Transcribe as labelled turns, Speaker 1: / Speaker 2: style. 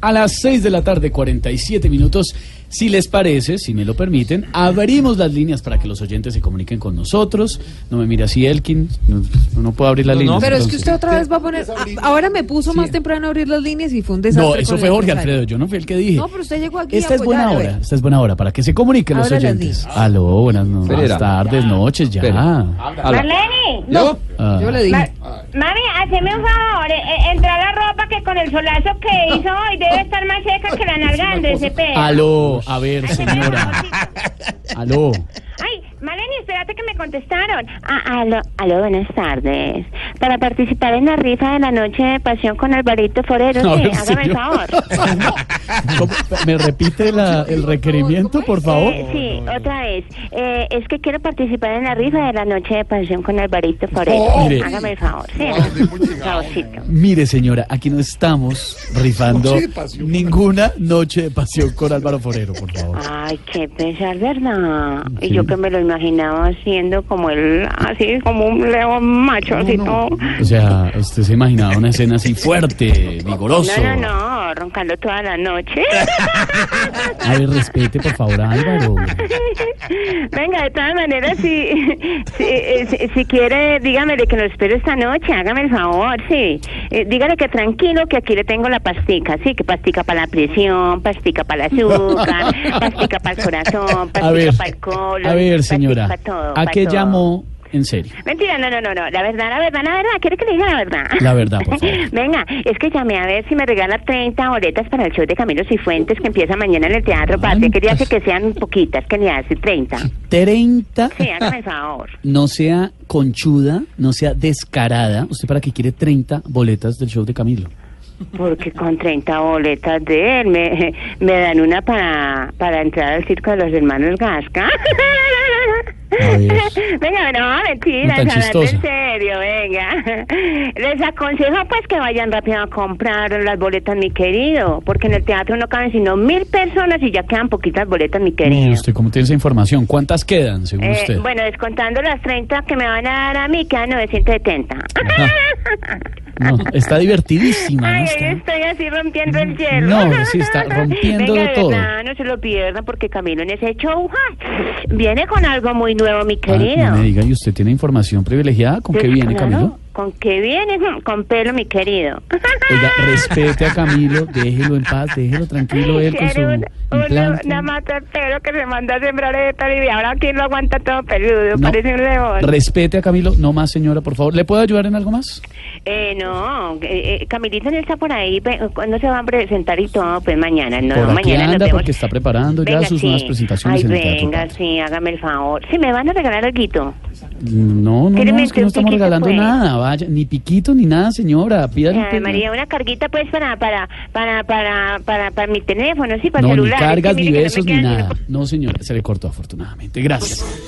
Speaker 1: A las 6 de la tarde, 47 minutos, si les parece, si me lo permiten, abrimos las líneas para que los oyentes se comuniquen con nosotros. No me mira así, Elkin, no, no puedo abrir las
Speaker 2: No, no,
Speaker 1: líneas.
Speaker 3: Pero es que
Speaker 1: entonces.
Speaker 3: usted otra vez va a poner. a- Ahora me puso más temprano a abrir las líneas y fue un desastre.
Speaker 1: No,
Speaker 3: con
Speaker 1: eso
Speaker 3: el
Speaker 1: fue Jorge
Speaker 3: empresario.
Speaker 1: Alfredo, yo no fui el que dije.
Speaker 3: No, pero usted llegó aquí
Speaker 1: Esta
Speaker 3: a
Speaker 1: es buena
Speaker 3: apoyar, a ver.
Speaker 1: hora, esta es buena hora, para que se comuniquen los
Speaker 3: Ahora las
Speaker 1: oyentes.
Speaker 3: líneas.
Speaker 1: Aló, buenas, no-
Speaker 4: Espera.
Speaker 1: buenas tardes, noches, ya.
Speaker 4: Espera. Habla.
Speaker 5: Marlene,
Speaker 4: ¿Yo?
Speaker 1: Ah.
Speaker 3: Yo le dije.
Speaker 5: ma- mami, haceme un favor, e- e- entra la ropa que con el solazo que hizo hoy debe estar más seca que la nalga de Andrés Cepeda.
Speaker 1: Aló, a ver,
Speaker 5: Haceme un
Speaker 1: señora.
Speaker 5: favorcito.
Speaker 1: Aló.
Speaker 5: Ay, Marlene, espérate que me contestaron. Ah, aló, aló, buenas tardes. Para participar en la rifa de la noche de pasión con Alvarito Forero,
Speaker 1: A
Speaker 5: sí,
Speaker 1: ver,
Speaker 5: hágame el
Speaker 1: señor.
Speaker 5: favor.
Speaker 1: ¿Cómo? ¿Me repite la- el requerimiento, por favor?
Speaker 5: Eh, sí, otra vez. Eh, es que quiero participar en la rifa de la noche de pasión con Alvarito Forero.
Speaker 1: Oh, Mire. Oh,
Speaker 5: hágame el favor. Sí, un favorcito.
Speaker 1: Mire, señora, aquí no estamos rifando
Speaker 4: Noche de pasión.
Speaker 1: ninguna noche de pasión con Álvaro Forero, por favor.
Speaker 5: Ay, qué pesar, ¿verdad?
Speaker 1: Sí.
Speaker 5: Y yo que me lo imaginaba haciendo como él, así como un león macho, así todo.
Speaker 1: O sea, usted se imaginaba una escena así fuerte, vigoroso.
Speaker 5: No, no, no, roncando toda la noche.
Speaker 1: A ver, respete, por favor, a Álvaro.
Speaker 5: Venga, de todas maneras, si, si, eh, si- si quiere, dígame de que lo espero esta noche, hágame el favor, sí. Eh, dígale que tranquilo, que aquí le tengo la pastica, sí, que pastica para la presión, pastica para el azúcar, pastica para el corazón,
Speaker 1: A
Speaker 5: pastica
Speaker 1: ver,
Speaker 5: para el colon.
Speaker 1: a ver,
Speaker 5: pastica
Speaker 1: señora,
Speaker 5: pa' todo,
Speaker 1: ¿a
Speaker 5: pa'
Speaker 1: qué
Speaker 5: todo.
Speaker 1: llamó en serio?
Speaker 5: Mentira, no, no, no, no. La verdad, la verdad, la verdad. ¿Quiere que le diga la verdad?
Speaker 1: La verdad, por favor.
Speaker 5: Venga, es que llamé a ver si me regala 30 boletas para el show de Camilo Cifuentes que empieza mañana en el Teatro Patria. Quería que, que sean poquitas, que le hace 30.
Speaker 1: 30.
Speaker 5: Sí, hágame el favor.
Speaker 1: No sea conchuda, no sea descarada. ¿Usted para qué quiere 30 boletas del show de Camilo?
Speaker 5: Porque con 30 boletas de él me, me dan una para, para entrar al circo de los hermanos Gasca.
Speaker 1: ver.
Speaker 5: Venga, no,
Speaker 1: No
Speaker 5: mentiras,
Speaker 1: tan
Speaker 5: hablando
Speaker 1: chistosa.
Speaker 5: en serio, venga. Les aconsejo pues que vayan rápido a comprar las boletas, mi querido, porque en el teatro no caben sino mil personas y ya quedan poquitas boletas, mi
Speaker 1: ¿Y
Speaker 5: querido.
Speaker 1: usted cómo tiene esa información? ¿Cuántas quedan, según
Speaker 5: Eh,
Speaker 1: usted?
Speaker 5: bueno, descontando las 30 que me van a dar a mí, quedan 970.
Speaker 1: No, está divertidísima. ¿no?
Speaker 5: Ay,
Speaker 1: Está- Ah,
Speaker 5: hoy estoy así rompiendo el hielo.
Speaker 1: Mm, No, sí, está rompiendo
Speaker 5: Venga,
Speaker 1: de todo.
Speaker 5: verdad, no se lo pierdan porque Camilo en ese show ¡ja! viene con algo muy nuevo, mi
Speaker 1: Ah,
Speaker 5: querido.
Speaker 1: no me diga, ¿y usted tiene información privilegiada? ¿Con qué
Speaker 5: Pues,
Speaker 1: viene
Speaker 5: claro,
Speaker 1: Camilo?
Speaker 5: ¿Con qué viene? Mm, Con pelo, mi querido.
Speaker 1: Oiga, respete a Camilo, déjelo en paz, déjelo tranquilo él con su
Speaker 5: Era un- una-
Speaker 1: implante.
Speaker 5: una mata de pelo que se manda a sembrar de pelo y ahora quién lo aguanta todo peludo,
Speaker 1: No.
Speaker 5: parece un león.
Speaker 1: Respete a Camilo, no más señora, por favor. ¿Le puedo ayudar en algo más?
Speaker 5: Eh, no, eh, eh, Camilita no está por ahí, ve- ¿cuándo se van a presentar y todo? Pues mañana, no,
Speaker 1: por aquí
Speaker 5: mañana nos
Speaker 1: anda
Speaker 5: vemos.
Speaker 1: porque está preparando ya sus nuevas presentaciones
Speaker 5: Ay,
Speaker 1: en el
Speaker 5: venga,
Speaker 1: teatro. Patria.
Speaker 5: sí, hágame el favor. Si me van a regalar algo.
Speaker 1: No, no,
Speaker 5: Quiere
Speaker 1: no, es que
Speaker 5: meter
Speaker 1: no
Speaker 5: un
Speaker 1: estamos
Speaker 5: piquito,
Speaker 1: regalando
Speaker 5: pues.
Speaker 1: nada, vaya, ni piquito ni nada, señora. Pídale
Speaker 5: Ay,
Speaker 1: que-
Speaker 5: Eh, María, una carguita pues para para para para para, para mi teléfono, sí, para
Speaker 1: No, ni
Speaker 5: celular. Es que
Speaker 1: cargas, ni
Speaker 5: mire que no me
Speaker 1: besos, ni
Speaker 5: quedan
Speaker 1: nada. No, señora, se le cortó afortunadamente. Gracias.